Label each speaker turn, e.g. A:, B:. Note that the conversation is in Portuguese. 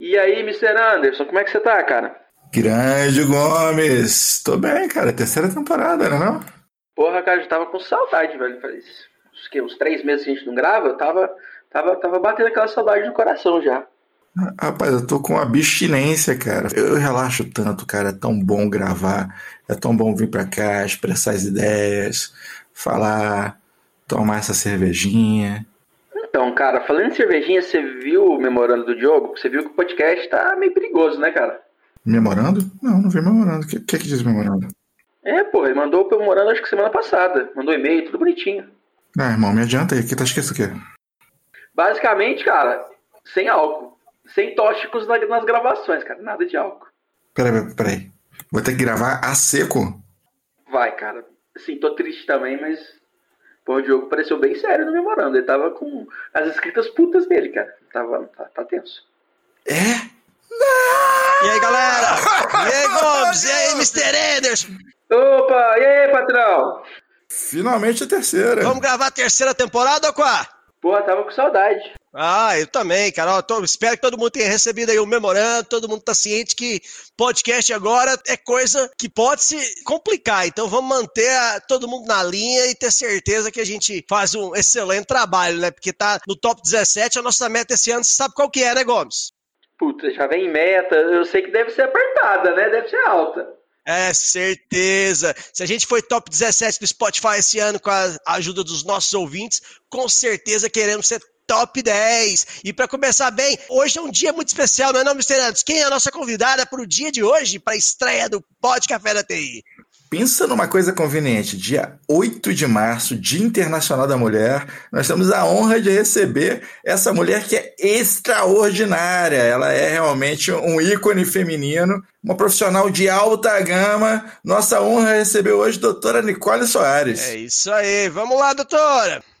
A: E aí, Mr. Anderson, como é que você tá, cara?
B: Grande Gomes! Tô bem, cara. Terceira temporada, né não?
A: Porra, cara, eu tava com saudade, velho. Faz uns, que, uns três meses que a gente não grava, eu tava, tava, tava batendo aquela saudade no coração já.
B: Rapaz, eu tô com abstinência, cara. Eu, eu relaxo tanto, cara. É tão bom gravar. É tão bom vir pra cá, expressar as ideias, falar, tomar essa cervejinha.
A: Então, cara, falando de cervejinha, você viu o memorando do Diogo? Você viu que o podcast tá meio perigoso, né, cara?
B: Memorando? Não, não vi memorando. O que, que é que diz memorando?
A: É, pô, ele mandou pro memorando acho que semana passada. Mandou e-mail, tudo bonitinho.
B: Ah, irmão, me adianta aí. Aqui tá esquecido o quê?
A: Basicamente, cara, sem álcool. Sem tóxicos na- nas gravações, cara. Nada de álcool.
B: Peraí, peraí, peraí. Vou ter que gravar a seco?
A: Vai, cara. Sim, tô triste também, mas. Pô, o Diogo pareceu bem sério no memorando. Ele tava com as escritas putas dele, cara. Tava, tá, tá tenso.
B: É?
C: E aí, galera? E aí, Gomes? E aí, Mr. Anderson?
A: Opa, e aí, patrão?
B: Finalmente a terceira.
C: Vamos gravar a terceira temporada, Aquá?
A: Porra, tava com saudade.
C: Ah, eu também, cara. Ó, tô- espero que todo mundo tenha recebido aí o memorando, todo mundo tá ciente que podcast agora é coisa que pode se complicar. Então vamos manter a- todo mundo na linha e ter certeza que a gente faz um excelente trabalho, né? Porque tá no top 17, a nossa meta esse ano, você sabe qual que é, né, Gomes?
A: Puta, já vem meta. Eu sei que deve ser apertada, né? Deve ser alta.
C: É, certeza. Se a gente foi top 17 do Spotify esse ano com a ajuda dos nossos ouvintes, com certeza queremos ser top 10. E para começar bem, hoje é um dia muito especial, não é não, Mr. Anderson? Quem é a nossa convidada para o dia de hoje, para a estreia do Pod Café da TI?
B: Pensa numa coisa conveniente. Dia 8 de março, Dia Internacional da Mulher, nós temos a honra de receber essa mulher que é extraordinária. Ela é realmente um ícone feminino, uma profissional de alta gama. Nossa honra é receber hoje a doutora Nicole Soares.
C: É isso aí, vamos lá, doutora!